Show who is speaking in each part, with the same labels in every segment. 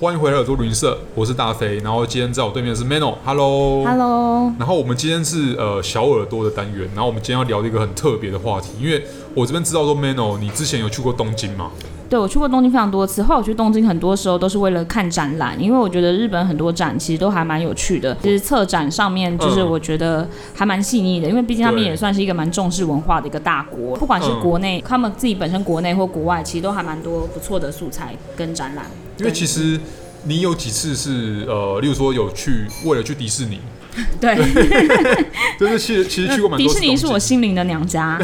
Speaker 1: 欢迎回来耳朵旅行社，我是大飞。然后今天在我对面是 Mano，Hello。
Speaker 2: Hello，
Speaker 1: 然后我们今天是呃小耳朵的单元，然后我们今天要聊一个很特别的话题，因为我这边知道说 Mano，你之前有去过东京吗？
Speaker 2: 对我去过东京非常多次，后来我去东京很多时候都是为了看展览，因为我觉得日本很多展其实都还蛮有趣的，就是策展上面就是
Speaker 1: 哦嗯
Speaker 2: 我觉得还蛮细腻的，因为毕竟他们
Speaker 1: 对
Speaker 2: 也算是一个蛮重视文化的一个大国，不管是
Speaker 1: 嗯
Speaker 2: 国内、他们自己本身国内或国外，其实都还蛮多不错的素材跟展览。
Speaker 1: 因为其实你有几次是呃，例如说有去为了去迪士尼，
Speaker 2: 对，
Speaker 1: 就是其实其实去过蛮
Speaker 2: 呃迪
Speaker 1: 多
Speaker 2: 士
Speaker 1: 次
Speaker 2: 尼是我
Speaker 1: 东 京
Speaker 2: 心灵的娘家。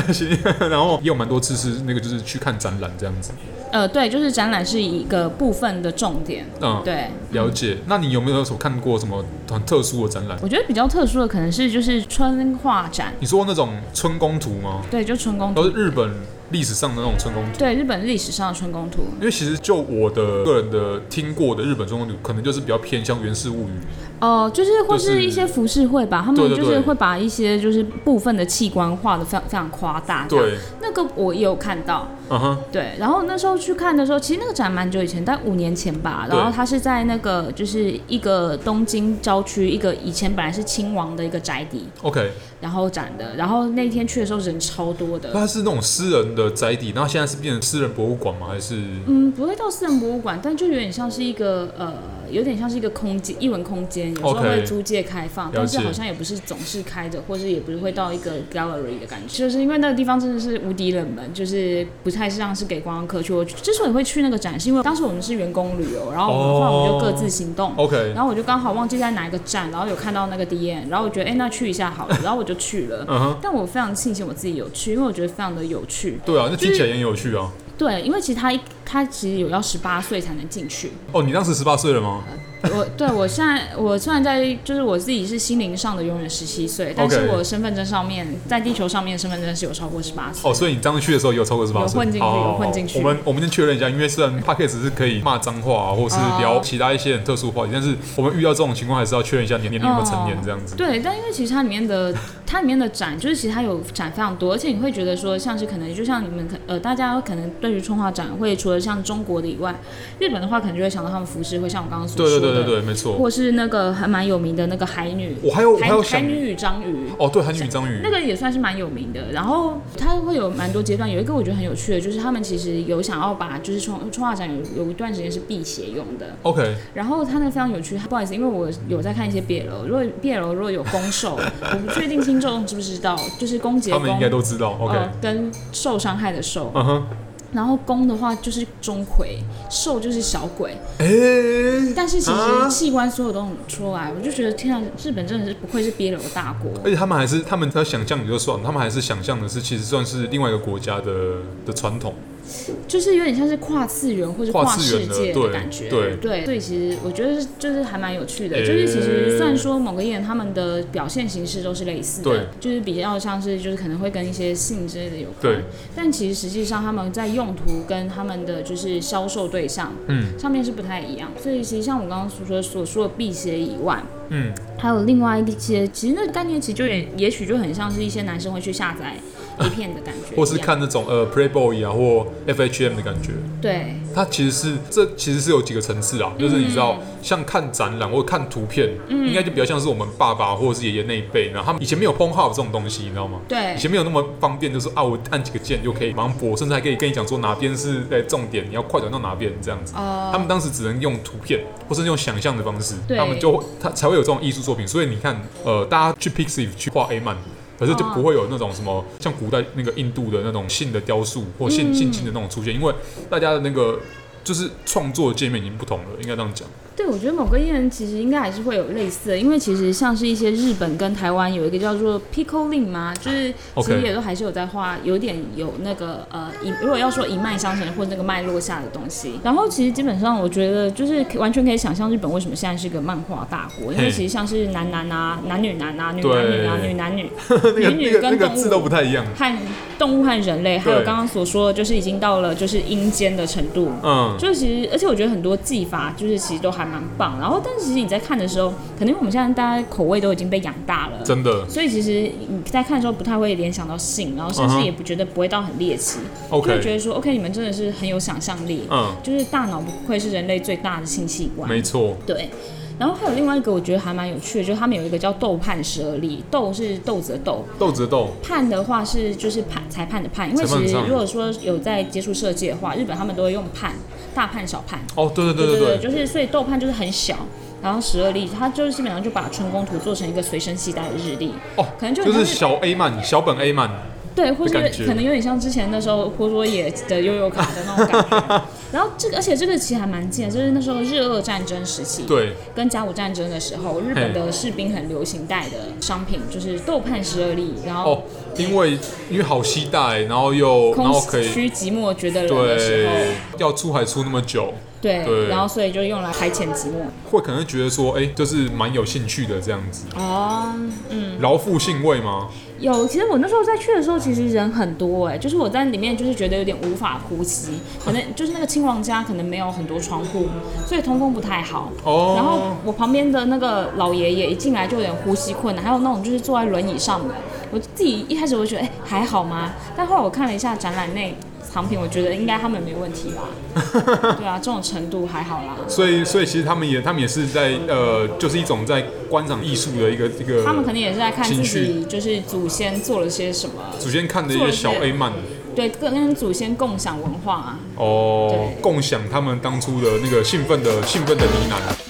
Speaker 1: 然后也有蛮多次是那个就是去看展览这样子。
Speaker 2: 呃，对，就是展览是一个部分的重点。
Speaker 1: 嗯，
Speaker 2: 对，
Speaker 1: 了解。那你有没有什么看过什么很特殊的展览？
Speaker 2: 我觉得比较特殊的可能是就是春画展，
Speaker 1: 你说那种春宫图吗？
Speaker 2: 对，就春宫图
Speaker 1: 都是日本历史上的那种春宫图。
Speaker 2: 对，日本历史上的春宫图，
Speaker 1: 因为其实就我的个人的听过的日本春宫图，可能就是比较偏向源氏物语。
Speaker 2: 哦、就是或
Speaker 1: 就是
Speaker 2: 是一些服饰会吧，他
Speaker 1: 对
Speaker 2: 们
Speaker 1: 对
Speaker 2: 就是
Speaker 1: 对
Speaker 2: 会把一些就是部分的器官画的非常非常夸大。，
Speaker 1: 对，
Speaker 2: 那个我也有看到。
Speaker 1: 嗯哼，
Speaker 2: 对，然后那时候去看的时候，其实那个展蛮久以前，但五年前吧。
Speaker 1: 对
Speaker 2: 然后它是在那个就是一个东京郊区，一个以前本来是亲王的一个宅邸，
Speaker 1: ，OK。
Speaker 2: 然后展的。然后那天去的时候人超多的
Speaker 1: 那。它是那种私人的宅邸，然后现在是变成私人博物馆吗？还是
Speaker 2: 嗯，不会到私人博物馆，但就有点像是一个呃，有点像是一个空间，一文空间，有时候
Speaker 1: OK
Speaker 2: 会租借开放
Speaker 1: 了
Speaker 2: 但是
Speaker 1: 解
Speaker 2: 好像也不是总是开着，或是也不是会到一个 gallery 的感觉，就是因为那个地方真的是无敌冷门，就是不太像是给观光客去。我之所以会去那个展，是因为当时我们是员工旅游，然后我们
Speaker 1: 哦
Speaker 2: 后来我们就各自行动。
Speaker 1: OK？
Speaker 2: 然后我就刚好忘记在哪一个站，然后有看到那个 D N，然后我觉得哎、那去一下好了，然后我就去了。
Speaker 1: 嗯哼，
Speaker 2: 但我非常庆幸我自己有去，因为我觉得非常的有趣。
Speaker 1: 对啊，那听起来也很有趣啊。
Speaker 2: 对，因为其实他一他其实有要十八岁才能进去。
Speaker 1: 哦，你当时十八岁了吗？
Speaker 2: 我对我现在我虽然在就是我自己是心灵上的永远十七岁，但是
Speaker 1: OK
Speaker 2: 我身份证上面在地球上面身份证是有超过十八岁。
Speaker 1: 哦，所以你当时去的时候有超过十八岁，
Speaker 2: 有混进去
Speaker 1: 好好好
Speaker 2: 有混进去
Speaker 1: 我们我们先确认一下，因为虽然 p a c k a g e 是可以骂脏话、啊、或是聊
Speaker 2: 哦
Speaker 1: 其他一些很特殊的话题，但是我们遇到这种情况还是要确认一下年龄有没有成年这样子。
Speaker 2: 对，但因为其实它里面的它里面的展，就是其实它有展非常多，而且你会觉得说，像是可能就像你们可呃，大家可能对于春画展会除了像中国的以外，日本的话可能就会想到他们服饰会像我刚刚所
Speaker 1: 对
Speaker 2: 说的，
Speaker 1: 对对对对，没错。
Speaker 2: 或是那个还蛮有名的那个海女，
Speaker 1: 我还有我还
Speaker 2: 海
Speaker 1: 有
Speaker 2: 海
Speaker 1: 想
Speaker 2: 女与章鱼，
Speaker 1: 哦，对，韩语章鱼
Speaker 2: 那个也算是蛮有名的。然后它会有蛮多阶段，有一个我觉得很有趣的，就是他们其实有想要把就是冲冲画展有有一段时间是辟邪用的。
Speaker 1: OK，
Speaker 2: 然后它那个非常有趣，不好意思，因为我有在看一些 BL，如果 BL 如果有攻受，我不确定听众知不知道，就是攻结
Speaker 1: 他
Speaker 2: 攻
Speaker 1: 们应该都知道。OK，
Speaker 2: 呃跟受伤害的受，
Speaker 1: 嗯哼，
Speaker 2: 然后攻的话就是钟馗，受就是小鬼，
Speaker 1: 哎，
Speaker 2: 但是其
Speaker 1: 啊
Speaker 2: 实器官所有都很出来，我就觉得天啊，日本真的是不愧是 BL 大国。
Speaker 1: 而且他们还是他们在想象也就算了，他们还是想象的是其实算是另外一个国家的的传统。
Speaker 2: 就是有点像是跨次元或者
Speaker 1: 跨
Speaker 2: 跨
Speaker 1: 次
Speaker 2: 世
Speaker 1: 元的
Speaker 2: 界
Speaker 1: 对
Speaker 2: 感觉，
Speaker 1: 对
Speaker 2: 所以其实我觉得是就是还蛮有趣的，
Speaker 1: 诶
Speaker 2: 就是其实虽然说某个艺人他们的表现形式都是类似
Speaker 1: 对
Speaker 2: 的，就是比较像是就是可能会跟一些性之类的有
Speaker 1: 对
Speaker 2: 关，但其实实际上他们在用途跟他们的就是销售对象
Speaker 1: 嗯
Speaker 2: 上面是不太一样，所以其实像我刚刚所说所说的辟邪以外，
Speaker 1: 嗯，
Speaker 2: 还有另外一些，其实那个概念其实就也也许就很像是一些男生会去下载 A 片的感觉一样，
Speaker 1: 或是看那种呃 Playboy 啊或 FHM 的感觉。
Speaker 2: 对
Speaker 1: 它其实是这其实是有几个层次啊，就是你知道，
Speaker 2: 嗯
Speaker 1: 像看展览或看图片，应该就比较像是我们爸爸或者是爷爷那一辈，然后他们以前没有 p o n h u b 这种东西，你知道吗？
Speaker 2: 对
Speaker 1: 以前没有那么方便，就是啊，我按几个键就可以马上播，甚至还可以跟你讲说哪边是在重点，你要快转到哪边这样子。
Speaker 2: 哦
Speaker 1: 他们当时只能用图片或是用想象的方式，
Speaker 2: 对
Speaker 1: 他们就会他才会有这种艺术作品。所以你看，呃，大家去 Pixiv 去画 A 漫。可是就
Speaker 2: 哦
Speaker 1: 不会有那种什么像古代那个印度的那种性的雕塑或性性侵的那种出现，因为大家的那个就是创作界面已经不同了，应该这样讲。
Speaker 2: 对，我觉得某个艺人其实应该还是会有类似的，因为其实像是一些日本跟台湾有一个叫做 Picoling 嘛，就是其
Speaker 1: OK
Speaker 2: 实也都还是有在画，有点有那个呃一如果要说一脉相承或者那个脉络下的东西。然后其实基本上我觉得就是可完全可以想象日本为什么现在是个漫画大国，因
Speaker 1: 嘿
Speaker 2: 为其实像是男男啊、男女男啊、女男女啊、
Speaker 1: 对
Speaker 2: 女男女、
Speaker 1: 那个
Speaker 2: 女
Speaker 1: 那
Speaker 2: 女
Speaker 1: 个那
Speaker 2: 跟
Speaker 1: 个
Speaker 2: 动
Speaker 1: 字都
Speaker 2: 物
Speaker 1: 不太一样。
Speaker 2: 和动物和人类，还有
Speaker 1: 对
Speaker 2: 刚刚所说的就是已经到了就是阴间的程度。
Speaker 1: 嗯，
Speaker 2: 就其实，而且我觉得很多技法就是其实都还蛮棒。然后，但其实你在看的时候，可能因为我们现在大家口味都已经被养大了，
Speaker 1: 真的
Speaker 2: 所以其实你在看的时候不太会联想到性，然后甚
Speaker 1: 嗯
Speaker 2: 至
Speaker 1: 哼
Speaker 2: 也不觉得不会到很猎奇，就会觉
Speaker 1: ，OK，
Speaker 2: 得说 OK，你们真的是很有想象力，
Speaker 1: 嗯，
Speaker 2: 就是大脑不愧是人类最大的性器官，
Speaker 1: 没错，
Speaker 2: 对。然后还有另外一个我觉得还蛮有趣的，就是他们有一个叫豆判十二例，豆是豆子的豆，
Speaker 1: 豆子的豆，
Speaker 2: 判的话是就是判裁判的判，因为
Speaker 1: 裁判
Speaker 2: 其
Speaker 1: 的
Speaker 2: 实
Speaker 1: 判
Speaker 2: 如果说有在接触设计的话，日本他们都会用判，大判小判，
Speaker 1: 哦，对对对
Speaker 2: 对
Speaker 1: 对对，
Speaker 2: 就是所以豆判就是很小，然后十二粒，它就是基本上就把春宫图做成一个随身携带的日历，
Speaker 1: 哦，
Speaker 2: 可能就很
Speaker 1: 就
Speaker 2: 像
Speaker 1: 是
Speaker 2: 是
Speaker 1: 小 A 漫，小本 A 漫，
Speaker 2: 对，或是
Speaker 1: 的感觉
Speaker 2: 可能有点像之前那时候波多野的悠悠卡的那种感 觉。然后这个，而且这个其实还蛮近的，就是那时候日俄战争时期，
Speaker 1: 对，
Speaker 2: 跟甲午战争的时候，日本的士兵很流行带的商品就是豆判十二粒，然后
Speaker 1: 哦，因为因为好期待，然后又然
Speaker 2: 空
Speaker 1: 后可以
Speaker 2: 虚寂寞觉得冷的时候，
Speaker 1: 对，要出还出那么久，
Speaker 2: 对，
Speaker 1: 对
Speaker 2: 然后所以就用来排遣寂寞。
Speaker 1: 会可能觉得说，哎，就是蛮有兴趣的这样子，
Speaker 2: 哦，
Speaker 1: 饶富兴味吗？
Speaker 2: 有，其实我那时候在去的时候，其实人很多哎、就是我在里面就是觉得有点无法呼吸，可能就是那个亲王家可能没有很多窗户，所以通风不太好。然后
Speaker 1: 哦，
Speaker 2: 我旁边的那个老爷爷一进来就有点呼吸困难，还有那种就是坐在轮椅上的，我自己一开始我觉得哎、还好吗？但后来我看了一下展览内藏品，我觉得应该他们没问题吧？ 对啊，这种程度还好啦。
Speaker 1: 所以所以其实他们也他们也是在呃，就是一种在观赏艺术的一个一个，
Speaker 2: 他们可能也是在看自
Speaker 1: 情绪
Speaker 2: 己就是祖先做了些什么，
Speaker 1: 首先看的一些小 A 漫。
Speaker 2: 对，跟跟祖先共享文化啊。
Speaker 1: 哦
Speaker 2: 对，
Speaker 1: 共享他们当初的那个兴奋的兴奋的呢喃。